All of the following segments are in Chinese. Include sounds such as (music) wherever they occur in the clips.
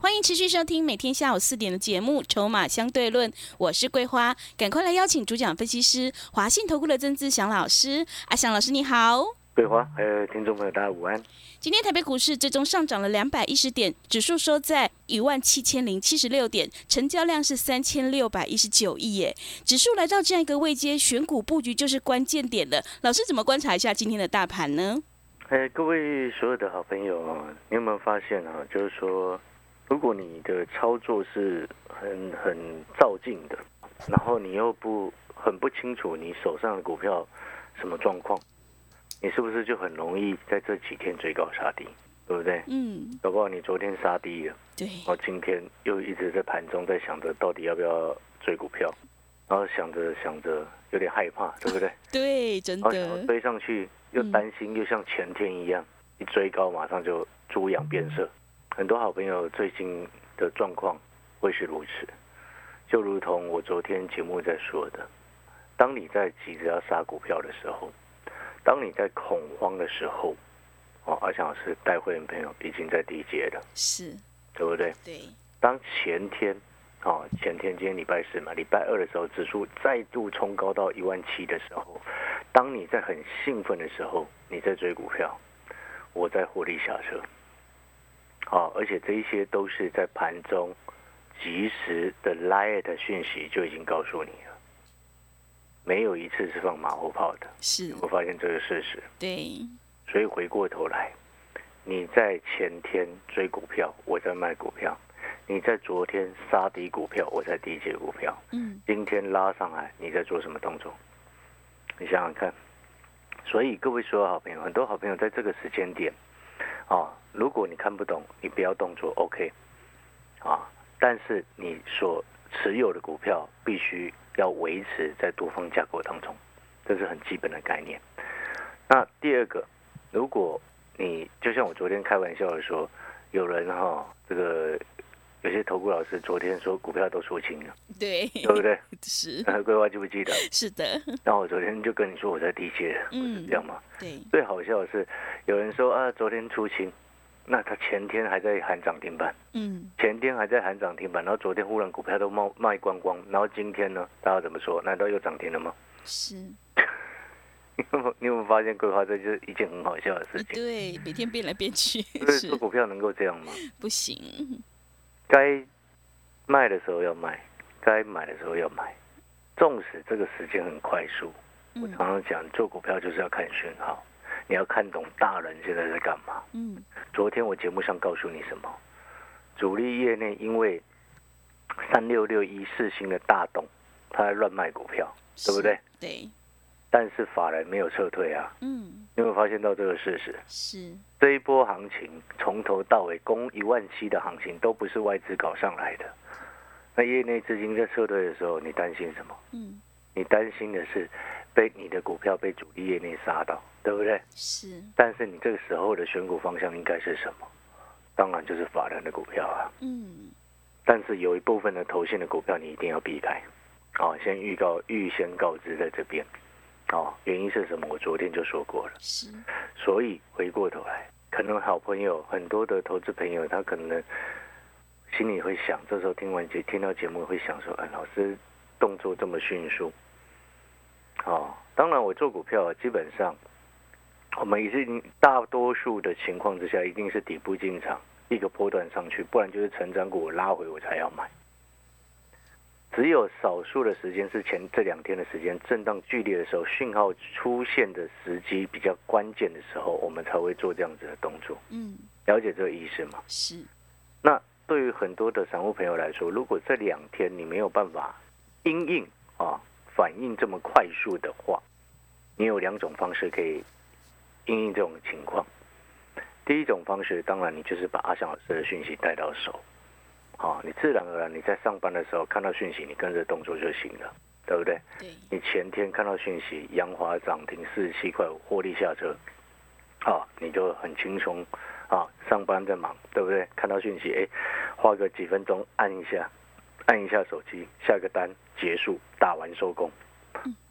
欢迎持续收听每天下午四点的节目《筹码相对论》，我是桂花，赶快来邀请主讲分析师华信投顾的曾志祥老师。阿祥老师你好，桂花，还有听众朋友，大家午安。今天台北股市最终上涨了两百一十点，指数收在一万七千零七十六点，成交量是三千六百一十九亿耶。指数来到这样一个位阶，选股布局就是关键点了。老师怎么观察一下今天的大盘呢？哎，各位所有的好朋友，你有没有发现啊？就是说，如果你的操作是很很照进的，然后你又不很不清楚你手上的股票什么状况，你是不是就很容易在这几天追高杀低，对不对？嗯，搞不好你昨天杀低了，对，然后今天又一直在盘中在想着到底要不要追股票，然后想着想着有点害怕，对不对？哦对，真然后想要的，追上去，又嗯担心，又像前天一样，一追高马上就猪羊变色。很多好朋友最近的状况会是如此，就如同我昨天节目在说的，当你在急着要杀股票的时候，当你在恐慌的时候，哦，阿强老师带会员朋友已经在低阶了，是，对不对？对，当前天，哦，前天今天礼拜四嘛，礼拜二的时候，指数再度冲高到一万七的时候，当你在很兴奋的时候，你在追股票，我在获利下车。好、而且这一些都是在盘中及时的 lie 的讯息就已经告诉你了，没有一次是放马后炮的。是，我发现这个事实，对，所以回过头来，你在前天追股票，我在卖股票；你在昨天杀低股票，我在低接股票；嗯，今天拉上来，你在做什么动作？你想想看。所以各位所有好朋友，很多好朋友在这个时间点，啊，如果你看不懂，你不要动作，OK，啊，但是你所持有的股票必须要维持在多方架构当中，这是很基本的概念。那第二个，如果你就像我昨天开玩笑的说，有人哈、这个有些投顾老师昨天说股票都出清了，对，对不对？ (laughs) (laughs) 是，呃，桂花记不记得？是的，那我昨天就跟你说我在低阶了，嗯这样吗？对，最好笑的是，有人说啊，昨天出清，那他前天还在喊涨停板，嗯，前天还在喊涨停板，然后昨天忽然股票都卖卖光光，然后今天呢，大家怎么说？难道又涨停了吗？ (laughs) 是，你有没有你有没有发现桂花这就是一件很好笑的事情？呃对，每天变来变 (laughs) 去所以是做股票能够这样吗？不行，该卖的时候要卖，该买的时候要买，纵使这个时间很快速，嗯常常讲做股票就是要看讯号，你要看懂大人现在在干嘛。嗯，昨天我节目上告诉你什么？主力业内因为三六六一四星的大动，他在乱卖股票，对不是对？？对，但是法人没有撤退啊，嗯，你有没有发现到这个事实？是，这一波行情从头到尾攻一万七的行情都不是外资搞上来的。那业内资金在撤退的时候，你担心什么？嗯，你担心的是被你的股票被主力业内杀到，对不对？是，但是你这个时候的选股方向应该是什么？当然就是法人的股票啊。嗯，但是有一部分的投信的股票你一定要避开，啊，先预告预先告知在这边，啊，原因是什么？我昨天就说过了。是，所以回过头来，可能好朋友很多的投资朋友，他可能心里会想，这时候听完节听到节目会想说，哎，老师动作这么迅速，哦，当然我做股票基本上，我们一定大多数的情况之下，一定是底部进场，一个波段上去，不然就是成长股我拉回我才要买。只有少数的时间是前这两天的时间震荡剧烈的时候，讯号出现的时机比较关键的时候，我们才会做这样子的动作。嗯，了解这个意思吗？是，那对于很多的散户朋友来说，如果这两天你没有办法因应啊反应这么快速的话，你有两种方式可以因应这种情况。第一种方式，当然你就是把阿翔老师的讯息带到手，好、你自然而然你在上班的时候看到讯息，你跟着动作就行了，对不对？对，你前天看到讯息，阳华涨停四十七块五，获利下车，啊，你就很轻松啊，上班在忙，对不对？看到讯息，哎，花个几分钟按一下，按一下手机，下个单结束，打完收工，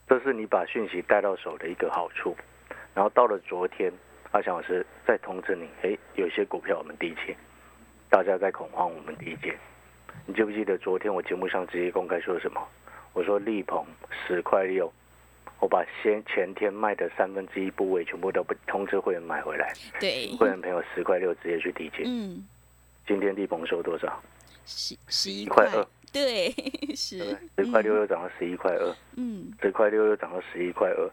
这是你把讯息带到手的一个好处。然后到了昨天，阿翔老师再通知你，哎，有些股票我们低接，大家在恐慌，我们低接。你记不记得昨天我节目上直接公开说什么？我说力鹏十块六，我把先前天卖的三分之一部位全部都不通知会员买回来，对，会员朋友十块六直接去抵减。嗯，今天力鹏收多少？十十一一块块二，对，对是不对？十块六，又涨到十一块二，嗯，十块六又涨到十一块二。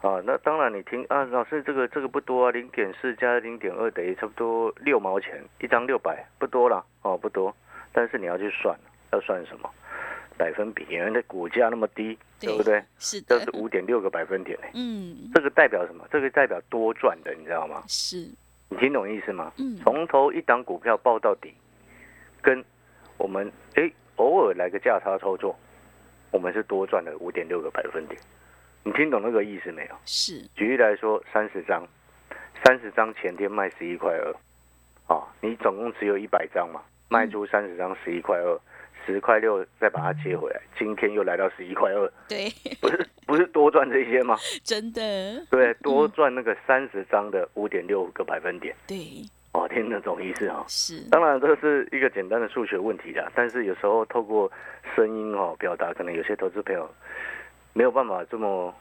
啊，那当然，你听啊，老师，这个这个不多啊，零点四加零点二等于差不多六毛钱，一张六百，不多啦，哦，不多。但是你要去算，要算什么？百分比，因为那股价那么低，对不对？？是这的是，五点六个百分点呢、嗯，这个代表什么？这个代表多赚的，你知道吗？是，你听懂意思吗？嗯，从头一档股票报到底，跟我们诶偶尔来个价差操作，我们是多赚了五点六个百分点。你听懂那个意思没有？是，举例来说，三十张，三十张前天卖十一块二，哦，你总共只有一百张嘛，卖出三十张十一块二，十块六再把它接回来，今天又来到十一块二，对， (laughs) 不是不是多赚这些吗？真的，对，多赚那个三十张的五点六个百分点，对，哦，听得懂意思哦。是，当然，这是一个简单的数学问题啦，但是有时候透过声音哦表达，可能有些投资朋友没有办法这么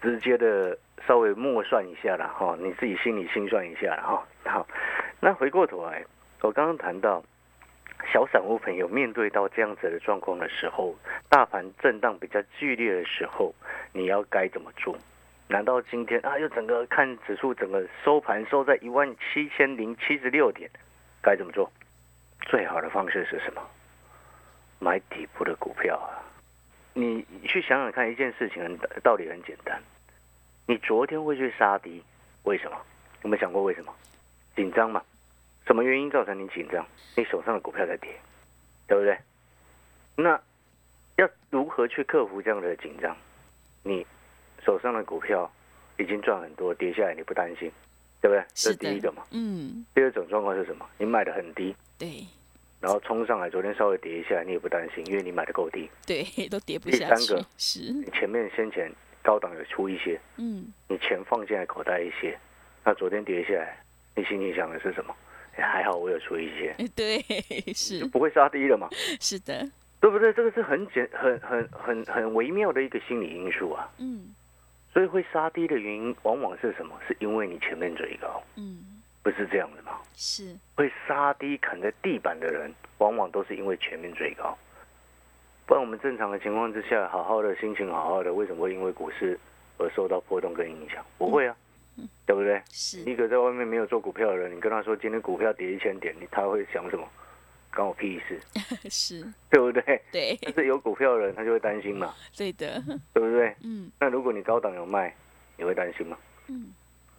直接的稍微默算一下啦，哈、哦，你自己心里心算一下啦，哈、好，那回过头来，我刚刚谈到小散户朋友面对到这样子的状况的时候，大盘震荡比较剧烈的时候，你要该怎么做？难道今天啊，又整个看指数整个收盘收在一万七千零七十六点，该怎么做？最好的方式是什么？买底部的股票啊！你去想想看，一件事情很道理很简单。你昨天会去杀低，为什么？有没有想过为什么？紧张嘛？什么原因造成你紧张？你手上的股票在跌，对不对？那要如何去克服这样的紧张？你手上的股票已经赚很多，跌下来你不担心，对不对？是这是第一个的嘛。，嗯，第二种状况是什么？你买的很低，对，然后冲上来，昨天稍微跌一下，你也不担心，因为你买的够低。对， (laughs) 都跌不第下三去个，是，你前面先前高档有出一些，嗯，你钱放进来口袋一些，那昨天跌下来，你心里想的是什么？哎还好我有出一些，哎对，，就是 (laughs) 不会杀低了嘛，是的，对不对？这个是很简、很、很、很、很微妙的一个心理因素啊。嗯，所以会杀低的原因，往往是什么？是因为你前面追高，嗯，不是这样的吗？是，会杀低砍在地板的人，往往都是因为全面追高。不然我们正常的情况之下，好好的心情好好的，为什么会因为股市而受到波动跟影响？不会啊，对不对？是，一个在外面没有做股票的人，你跟他说今天股票跌一千点，你他会想什么？关我屁事，是，对不对？对，但是有股票的人，他就会担心嘛，对的，对不对？嗯，那如果你高档有卖，你会担心吗？嗯，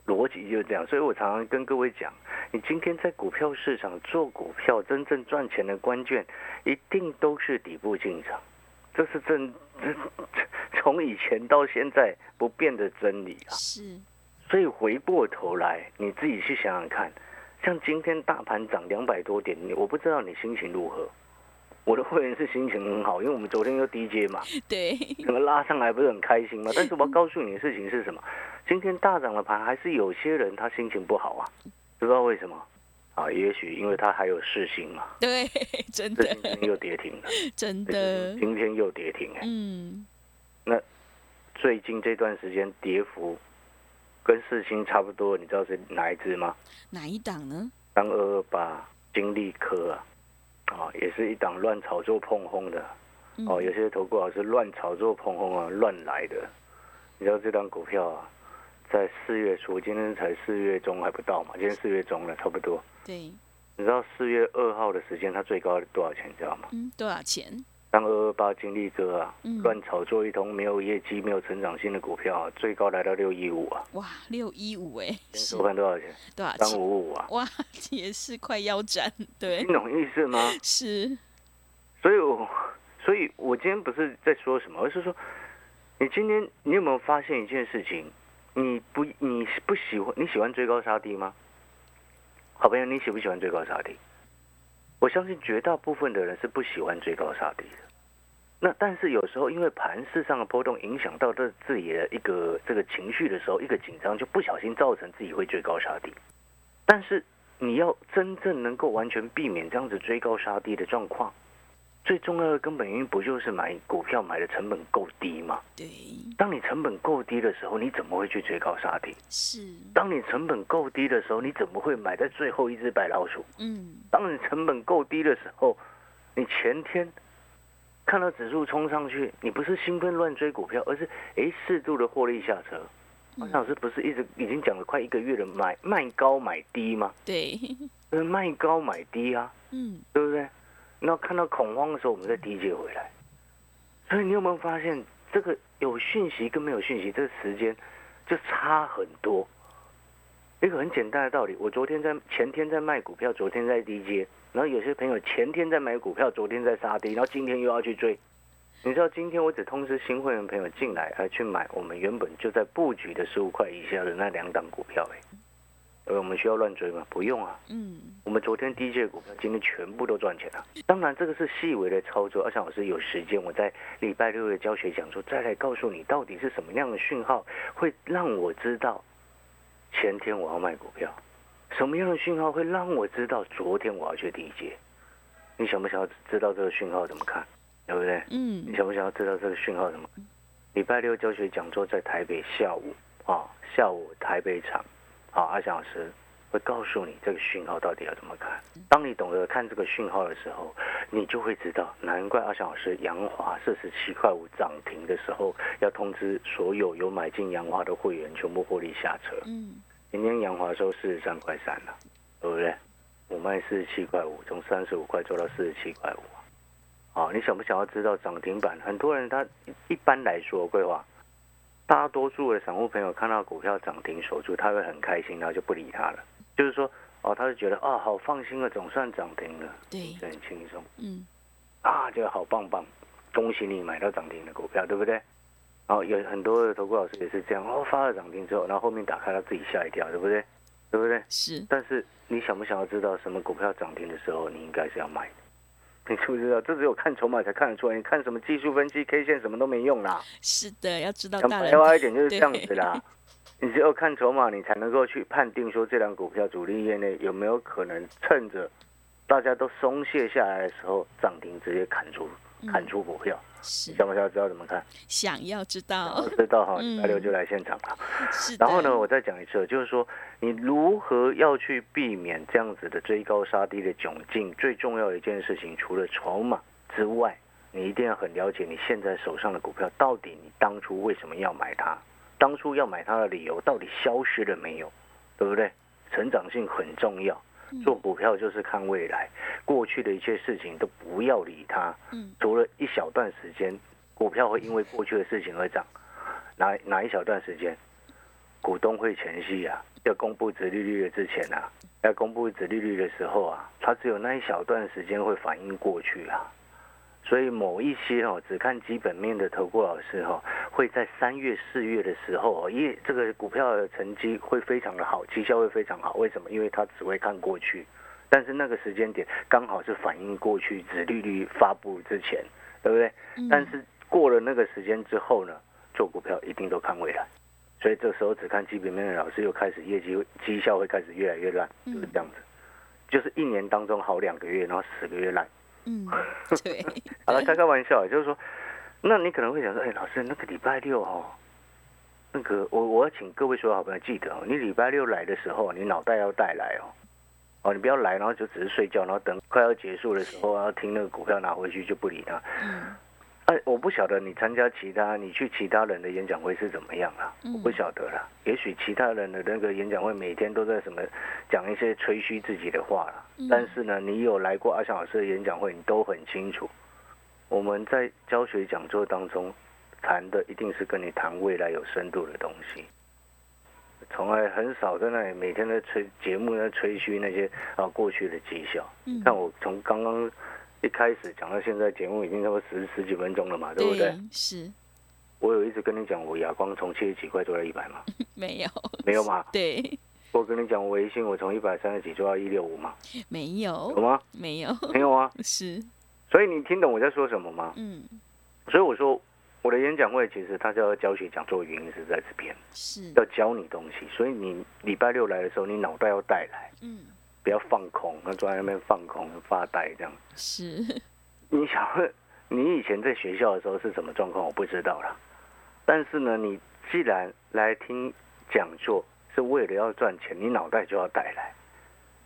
逻辑就是这样，所以我常常跟各位讲，你今天在股票市场做股票，真正赚钱的关键，一定都是底部进场，这是真，这这 (laughs) 从以前到现在不变的真理啊。是，所以回过头来，你自己去想想看，像今天大盘涨两百多点，你我不知道你心情如何。我的会员是心情很好，因为我们昨天又低阶嘛，对，整个拉上来不是很开心吗？但是我要告诉你的事情是什么？今天大涨的盘，还是有些人他心情不好啊，知不知道为什么？啊，也许因为他还有事情嘛，对，真这的今，天又跌停了，真这的，今天又跌停哎、嗯，最近这段时间跌幅跟四星差不多，你知道是哪一只吗？哪一档呢？三二二八金利科啊，啊，也是一档乱炒作碰轰的，嗯哦，有些投顾老师乱炒作碰轰啊，乱来的。你知道这张股票啊，在四月初，今天才四月中还不到嘛，今天四月中了，差不多。对，你知道四月二号的时间它最高多少钱，你知道吗？嗯，多少钱？让二二八金利哥啊嗯，乱炒作一通没有业绩、没有成长性的股票、啊，最高来到六一五啊，哇，六一五哎，先是收看多少钱？对啊，三其五五啊，哇，也是快腰斩，对你，懂意思吗？是，所以我，所以我今天不是在说什么，而是说，你今天你有没有发现一件事情？你不你不喜欢你喜欢追高杀低吗？好朋友，你喜不喜欢追高杀低？我相信绝大部分的人是不喜欢追高杀低的。那但是有时候因为盘势上的波动影响到这自己的一个这个情绪的时候，一个紧张就不小心造成自己会追高杀低。但是你要真正能够完全避免这样子追高杀低的状况，最重要的根本原因不就是买股票买的成本够低吗？对，当你成本够低的时候，你怎么会去追高杀低？是，当你成本够低的时候，你怎么会买在最后一只白老鼠？嗯，当你成本够低的时候，你前天看到指数冲上去，你不是兴奋乱追股票，而是诶适度的获利下车。嗯王老师不是一直已经讲了快一个月了，买卖高买低吗？对，呃，卖高买低啊。嗯，对不对？那看到恐慌的时候，我们再低接回来。所以你有没有发现，这个有讯息跟没有讯息，这个时间就差很多？一个很简单的道理，我昨天在前天在卖股票，昨天在低接，然后有些朋友前天在买股票，昨天在杀低，然后今天又要去追。你知道今天我只通知新会员朋友进来，而去买我们原本就在布局的十五块以下的那两档股票、哎，呃，我们需要乱追吗？不用啊。嗯，我们昨天低借股票，今天全部都赚钱了。当然，这个是细微的操作。而且老师有时间，我在礼拜六的教学讲座再来告诉你，到底是什么样的讯号会让我知道前天我要卖股票，什么样的讯号会让我知道昨天我要去低借。你想不想要知道这个讯号怎么看？对不对？你嗯，想不想要知道这个讯号怎么？礼拜六教学讲座在台北下午啊，下午台北场，啊，阿翔老师会告诉你这个讯号到底要怎么看。当你懂得看这个讯号的时候，你就会知道，难怪阿翔老师杨华四十七块五涨停的时候，要通知所有有买进杨华的会员全部获利下车。嗯，今天杨华收四十三块三了，对不对？我卖四十七块五，从三十五块做到四十七块五啊。好，你想不想要知道涨停板？很多人他一般来说，规划大多数的散户朋友看到股票涨停守住，他会很开心，然后就不理他了。就是说，哦，他就觉得啊、好放心了，总算涨停了，对，就很轻松。嗯，啊，这个好棒棒，恭喜你买到涨停的股票，对不对？然后有很多的投顾老师也是这样，哦，发了涨停之后，然后后面打开他自己吓一跳，对不对？对不对？是，但是你想不想要知道什么股票涨停的时候，你应该是要买的？你知不知道？这只有看筹码才看得出来，你看什么技术分析、K 线什么都没用啦。是的，要知道讲大白人，话一点就是这样子啦。你只有看筹码，你才能够去判定说这两股票主力业内有没有可能趁着大家都松懈下来的时候，涨停直接砍出嗯砍出股票。是，想不想知道怎么看？想要知道，知道哈，嗯礼拜六就来现场了。是的，然后呢，我再讲一次，就是说你如何要去避免这样子的追高杀低的窘境，最重要的一件事情，除了筹码之外，你一定要很了解你现在手上的股票到底你当初为什么要买它，当初要买它的理由到底消失了没有，对不对？成长性很重要，做股票就是看未来，过去的一切事情都不要理它，嗯，除了一小段时间，股票会因为过去的事情而涨，哪哪一小段时间？股东会前夕啊，要公布殖利率的之前啊，要公布殖利率的时候啊，它只有那一小段时间会反应过去啊。所以某一些哦，只看基本面的投顾老师哦，会在三月、四月的时候哦，因为这个股票的成绩会非常的好，绩效会非常好。为什么？因为他只会看过去，但是那个时间点刚好是反映过去殖利率发布之前，对不对？嗯但是过了那个时间之后呢，做股票一定都看未来，所以这时候只看基本面的老师又开始业绩绩效会开始越来越烂，嗯就是这样子，就是一年当中好两个月，然后十个月烂。嗯， (laughs) 对，好了，开开玩笑，就是说，那你可能会想说，哎，老师，那个礼拜六哦，那个我我要请各位所有好朋友记得哦，你礼拜六来的时候，你脑袋要带来哦，哦，你不要来，然后就只是睡觉，然后等快要结束的时候，然后听那个股票拿回去就不理它。嗯，哎，我不晓得你参加其他，你去其他人的演讲会是怎么样啊啦、嗯我不晓得啦。也许其他人的那个演讲会每天都在什么讲一些吹嘘自己的话啦。嗯但是呢，你有来过阿翔老师的演讲会，你都很清楚，我们在教学讲座当中谈的一定是跟你谈未来有深度的东西，从来很少在那里每天在吹节目在吹嘘那些啊过去的绩效。嗯，看我从刚刚一开始讲到现在，节目已经差不多十十几分钟了嘛，对不对？是我有一直跟你讲，我哑光从七十几块做到一百嘛，没有，没有嘛？对，我跟你讲，我微信我从一百三十几做到一六五嘛，没有有，吗？没有，没有啊。是，所以你听懂我在说什么吗？嗯，所以我说，我的演讲会其实它叫教学讲座，原因是在这边是，要教你东西。所以你礼拜六来的时候，你脑袋要带来，嗯，不要放空，那坐在那边放空发呆这样。是，你想问，你以前在学校的时候是什么状况？我不知道啦。但是呢，你既然来听讲座是为了要赚钱，你脑袋就要带来，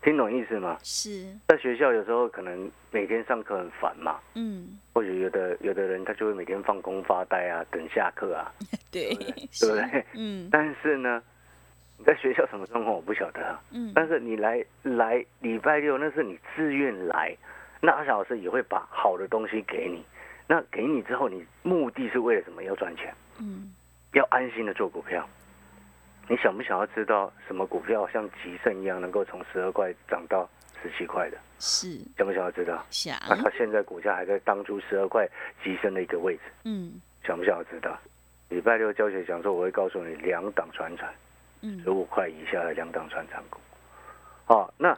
听懂意思吗？是，在学校有时候可能每天上课很烦嘛，嗯，或者有的有的人他就会每天放空发呆啊，等下课啊，对，对不 (laughs) 是， (laughs) 对？嗯但是呢，你在学校什么状况我不晓得啊、嗯，但是你来来礼拜六那是你自愿来，那阿小老师也会把好的东西给你。那给你之后，你目的是为了什么？要赚钱，嗯，要安心的做股票。你想不想要知道什么股票像吉盛一样能够从十二块涨到十七块的？是，想不想要知道？想，那它啊现在股价还在当初十二块吉盛的一个位置，嗯想不想要知道？礼拜六教学讲座我会告诉你两档船船。嗯十，五块以下的两档船长股。哦，那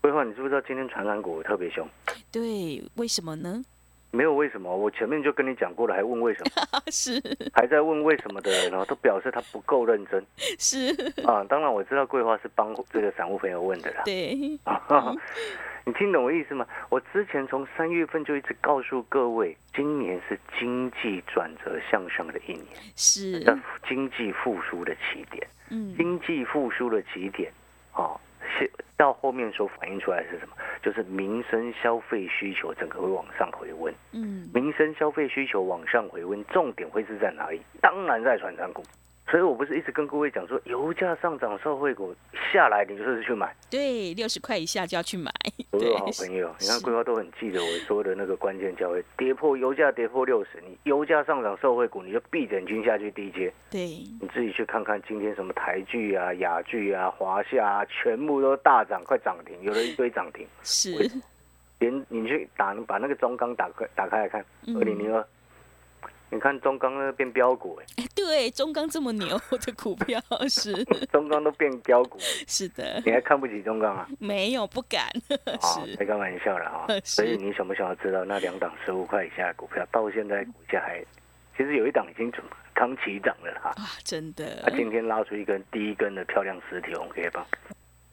桂花，你知不知道今天船长股特别凶？对，为什么呢？ (laughs) 没有为什么，我前面就跟你讲过了，还问为什么？啊是还在问为什么的人哦，都表示他不够认真是，啊。当然我知道桂花是帮这个散户朋友问的啦。对，啊 (laughs) 你听懂我意思吗？我之前从三月份就一直告诉各位，今年是经济转折向上的一年，是，那经济复苏的起点。嗯，经济复苏的起点，哦，是到后面所反映出来是什么？就是民生消费需求整个会往上回温，嗯，民生消费需求往上回温，重点会是在哪里？当然在船长股。所以我不是一直跟各位讲说，油价上涨，受惠股下来，你就是去买。对，六十块以下就要去买，所有好对，朋友，你看是桂花都很记得我说的那个关键价位，跌破油价跌破六十，你油价上涨，受惠股你就闭着眼睛下去低接。对，你自己去看看今天什么台剧啊、雅剧啊、华夏啊，全部都大涨，快涨停，有了一堆涨停。是，连你去打把那个中钢打开打开来看，嗯二零零二，你看中钢那变标股、欸，对，中钢这么牛的股票，是中钢都变标股，是的，你还看不起中钢啊？没有不敢， (laughs) 啊，是开开玩笑了啊！ (laughs) 是所以你想不想要知道那两档十五块以下的股票到现在股价还，其实有一档已经准刚起涨了啦。啊，真的啊，，今天拉出一根第一根的漂亮实体红 K 棒，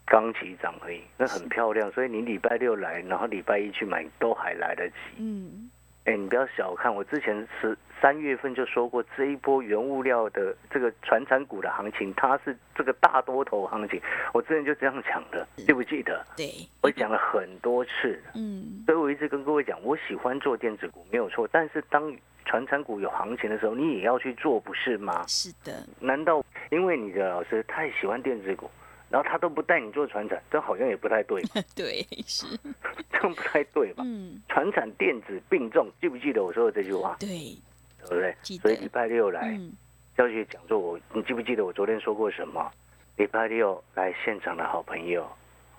刚起涨而已，那很漂亮。所以你礼拜六来，然后礼拜一去买都还来得及。嗯，哎，你不要小看我之前是三月份就说过，这一波原物料的这个传产股的行情，它是这个大多头行情。我之前就这样讲的，记不记得？对，我讲了很多次，嗯，所以我一直跟各位讲，我喜欢做电子股没有错，但是当传产股有行情的时候，你也要去做，不是吗？是的， (laughs) 难道因为你的老师太喜欢电子股，然后他都不带你做船产，这好像也不太对嘛，对，是， (laughs) 啊这样不太对吧？嗯，船产电子并重，记不记得我说的这句话？对，对不对记？得所以礼拜六来嗯，教学讲座，我你记不记得我昨天说过什么？礼拜六来现场的好朋友，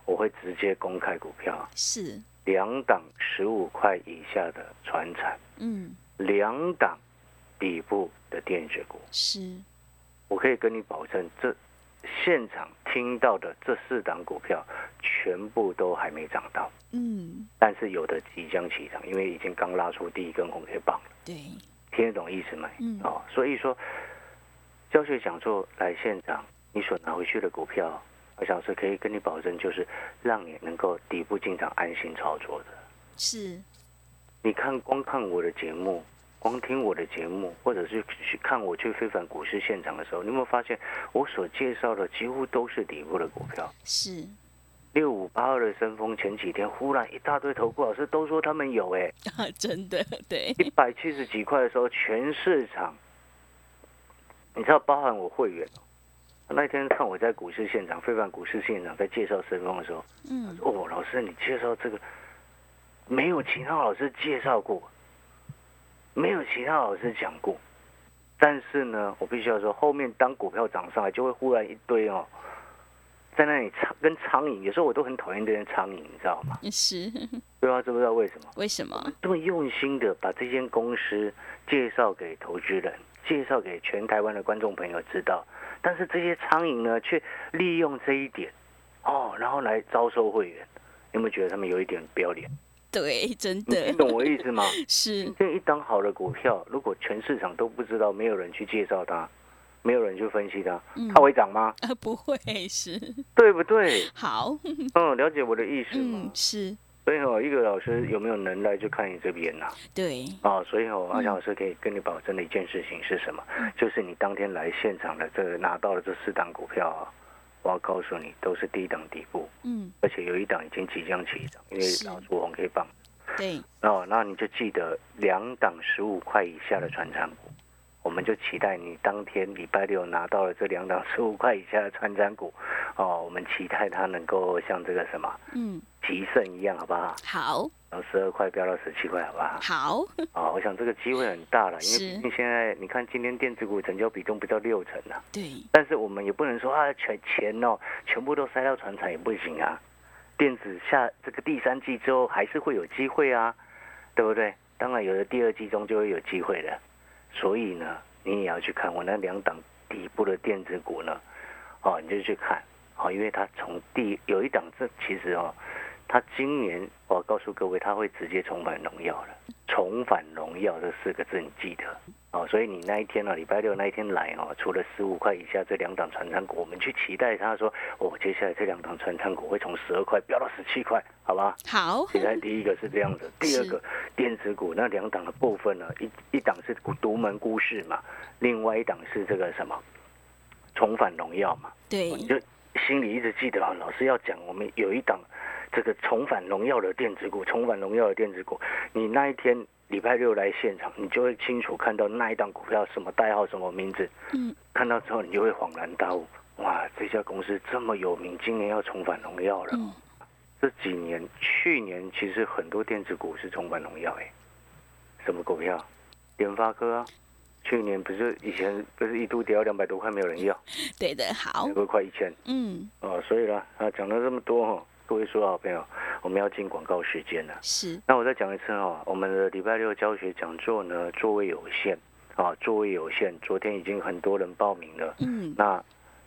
我会直接公开股票，是，两档十五块以下的船产，嗯，两档底部的电子股。是，我可以跟你保证，这现场听到的这四档股票全部都还没涨到，嗯，但是有的即将起涨，因为已经刚拉出第一根红 K 棒了，对，听得懂意思没？嗯哦，所以说教学讲座来现场，你所拿回去的股票，我想是可以跟你保证，就是让你能够底部进场安心操作的。是，你看，光看我的节目，光听我的节目，或者是去看我去非凡股市现场的时候，你有没有发现我所介绍的几乎都是底部的股票？是，六五八二的升风前几天忽然一大堆投顾老师都说他们有、欸，啊，真的，对，一百七十几块的时候，全市场，你知道，包含我会员哦。那天看我在股市现场，非凡股市现场在介绍升风的时候，嗯，哦，老师，你介绍这个没有其他老师介绍过，没有其他老师讲过。但是呢，我必须要说，后面当股票涨上来，就会忽然一堆哦，在那里苍跟苍蝇，有时候我都很讨厌这些苍蝇，你知道吗？是不知道知不知道为什么？为什么？这么用心的把这间公司介绍给投资人，介绍给全台湾的观众朋友知道，但是这些苍蝇呢，却利用这一点，哦，然后来招收会员，你有没有觉得他们有一点不要脸？ (laughs) 对，真你的你懂我意思吗？是这一档好的股票，如果全市场都不知道，没有人去介绍它，没有人去分析它嗯，它会 (laughs) 涨吗？啊，不会是对 (laughs) 不对？好，嗯，了解我的意思嗯吗？，是所以哦，一个老师有没有能耐，就看你这边啦、对，啊，所以哦，阿强老师可以跟你保证的一件事情是什么？就是你当天来现场的这个拿到的这四档股票啊，我要告诉你，都是低档底部，嗯，而且有一档已经即将起涨，因为是老朱红 K 棒。对，哦，那你就记得两档十五块以下的传产股，我们就期待你当天礼拜六拿到了这两档十五块以下的传产股，哦，我们期待它能够像这个什么嗯，吉盛一样，好不好？好，从十二块飙到十七块，好不好？好， (laughs) 啊，我想这个机会很大了，因为是毕竟现在你看今天电子股成交比重不到六成啊，对，但是我们也不能说啊全钱哦全部都塞到船厂也不行啊，电子下这个第三季之后还是会有机会啊，对不对？当然有的第二季中就会有机会了，所以呢，你也要去看我那两档底部的电子股呢，哦，你就去看，哦，因为它从第有一档这其实哦，它今年我告诉各位，它会直接重返荣耀了，重返荣耀这四个字你记得哦，所以你那一天呢、礼拜六那一天来哦，除了十五块以下这两档传餐股，我们去期待它说，哦，接下来这两档传餐股会从十二块飙到十七块，好吧？好，现在第一个是这样子，第二个电子股那两档的部分呢，一一档是股独门股市嘛，另外一档是这个什么重返荣耀嘛，对，我就心里一直记得啊，老师要讲我们有一档这个重返荣耀的电子股，重返荣耀的电子股，你那一天礼拜六来现场，你就会清楚看到那一档股票什么代号、什么名字，嗯，看到之后你就会恍然大悟，哇，这家公司这么有名，今年要重返荣耀了。嗯，这几年，去年其实很多电子股是重返荣耀，哎，什么股票？联发科啊，去年不是以前不是一度跌到两百多块，没有人要，对的，好有，个快一千嗯，哦，所以啦，啊，讲了这么多哦，各位说好朋友，我们要进广告时间了。是，那我再讲一次哦，我们的礼拜六教学讲座呢，座位有限啊，座位有限，昨天已经很多人报名了，嗯，那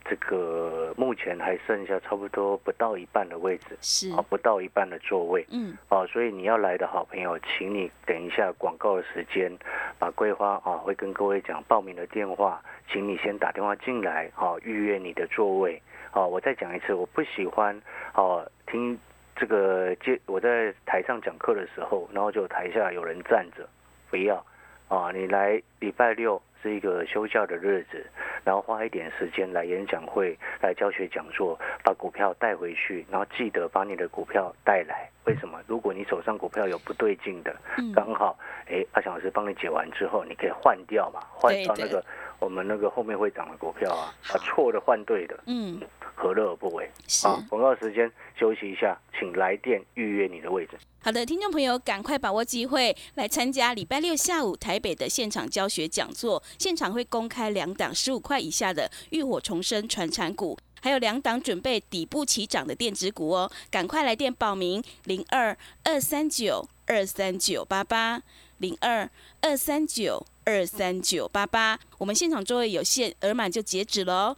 这个目前还剩下差不多不到一半的位置，是啊，，不到一半的座位。嗯，哦，所以你要来的好朋友，请你等一下广告的时间，把桂花啊、会跟各位讲报名的电话，请你先打电话进来，哦，预约你的座位。哦，我再讲一次，我不喜欢哦听这个接我在台上讲课的时候，然后就台下有人站着，不要啊、你来礼拜六是一个休假的日子，然后花一点时间来演讲会、来教学讲座，把股票带回去，然后记得把你的股票带来。为什么？如果你手上股票有不对劲的，嗯，刚好，哎，阿翔老师帮你解完之后，你可以换掉嘛，换对到那的个我们那个后面会涨的股票啊，好把错的换对的，嗯，何乐而不为？是。啊，广告时间休息一下，请来电预约你的位置。好的，听众朋友，赶快把握机会来参加礼拜六下午台北的现场教学讲座，现场会公开两档十五块以下的浴火重生传产股。还有两档准备底部起涨的电子股哦，赶快来电报名零二二三九二三九八八零二二三九二三九八八，我们现场座位有限，额满就截止喽，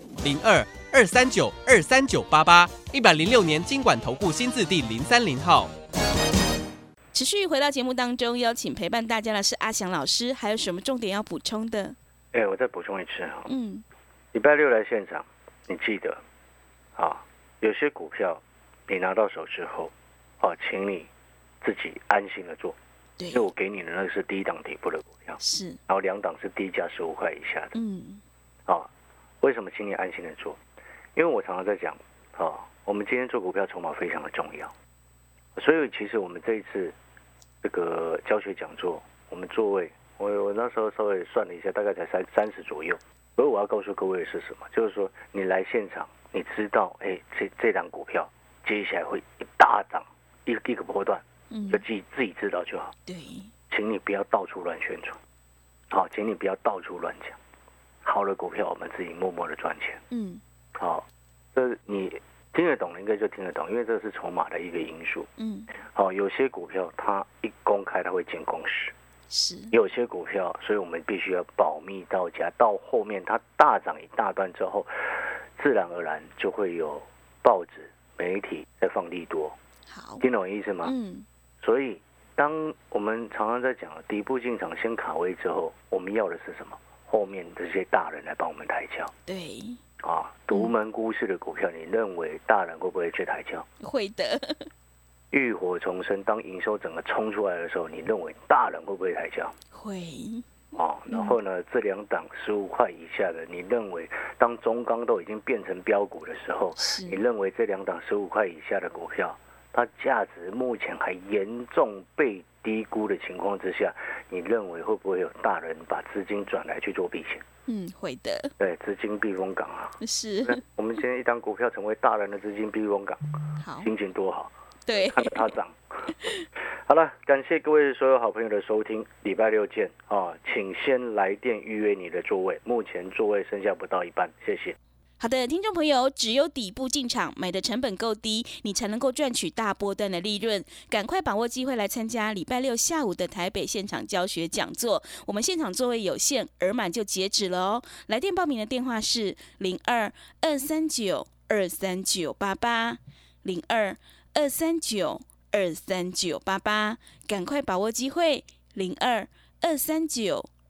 零二二三九二三九八八，一百零六年经管投顾新字第零三零号。持续回到节目当中，邀请陪伴大家的是阿翔老师，还有什么重点要补充的？哎，我再补充一次哈、嗯，礼拜六来现场，你记得啊，有些股票你拿到手之后，哦、请你自己安心的做，对因为，我给你的那个是低档底部的股票，是，然后两档是低价十五块以下的嗯，啊。为什么请你安心的做？因为我常常在讲啊，我们今天做股票筹码非常的重要，所以其实我们这一次这个教学讲座，我们座位，我我那时候稍微算了一下，大概才三三十左右。所以我要告诉各位的是什么？就是说你来现场，你知道，哎，这这档股票接下来会一大涨，一一个波段，嗯就，自己自己知道就好。对，请你不要到处乱宣传，好，请你不要到处乱讲。好的股票我们自己默默的赚钱，嗯，好，这你听得懂的应该就听得懂，因为这是筹码的一个因素。嗯，好，有些股票它一公开它会见公识，是，有些股票，所以我们必须要保密到家，到后面它大涨一大段之后，自然而然就会有报纸媒体在放利多，好，听懂我意思吗？嗯，所以，当我们常常在讲底部进场先卡位之后，我们要的是什么？后面这些大人来帮我们抬轿对，啊！独门孤市的股票，你认为大人会不会去抬轿？会的， (laughs) 浴火重生，当营收整个冲出来的时候，你认为大人会不会抬轿？会，哦，然后呢，这两档十五块以下的，你认为当中钢都已经变成标股的时候，是你，认为这两档十五块以下的股票，它价值目前还严重被低估的情况之下，你认为会不会有大人把资金转来去做避险？嗯，会的，对，资金避风港啊！那是，我们今天一档股票成为大人的资金避风港，好，心情多好，对，看着它涨。 (laughs) 好了，感谢各位所有好朋友的收听，礼拜六见啊！请先来电预约你的座位，目前座位剩下不到一半，谢谢。好的，听众朋友，只有底部进场，买的成本够低，你才能够赚取大波段的利润。赶快把握机会来参加礼拜六下午的台北现场教学讲座，我们现场座位有限，额满就截止了哦。来电报名的电话是零二二三九二三九八八零二二三九二三九八八，赶快把握机会，零二二三九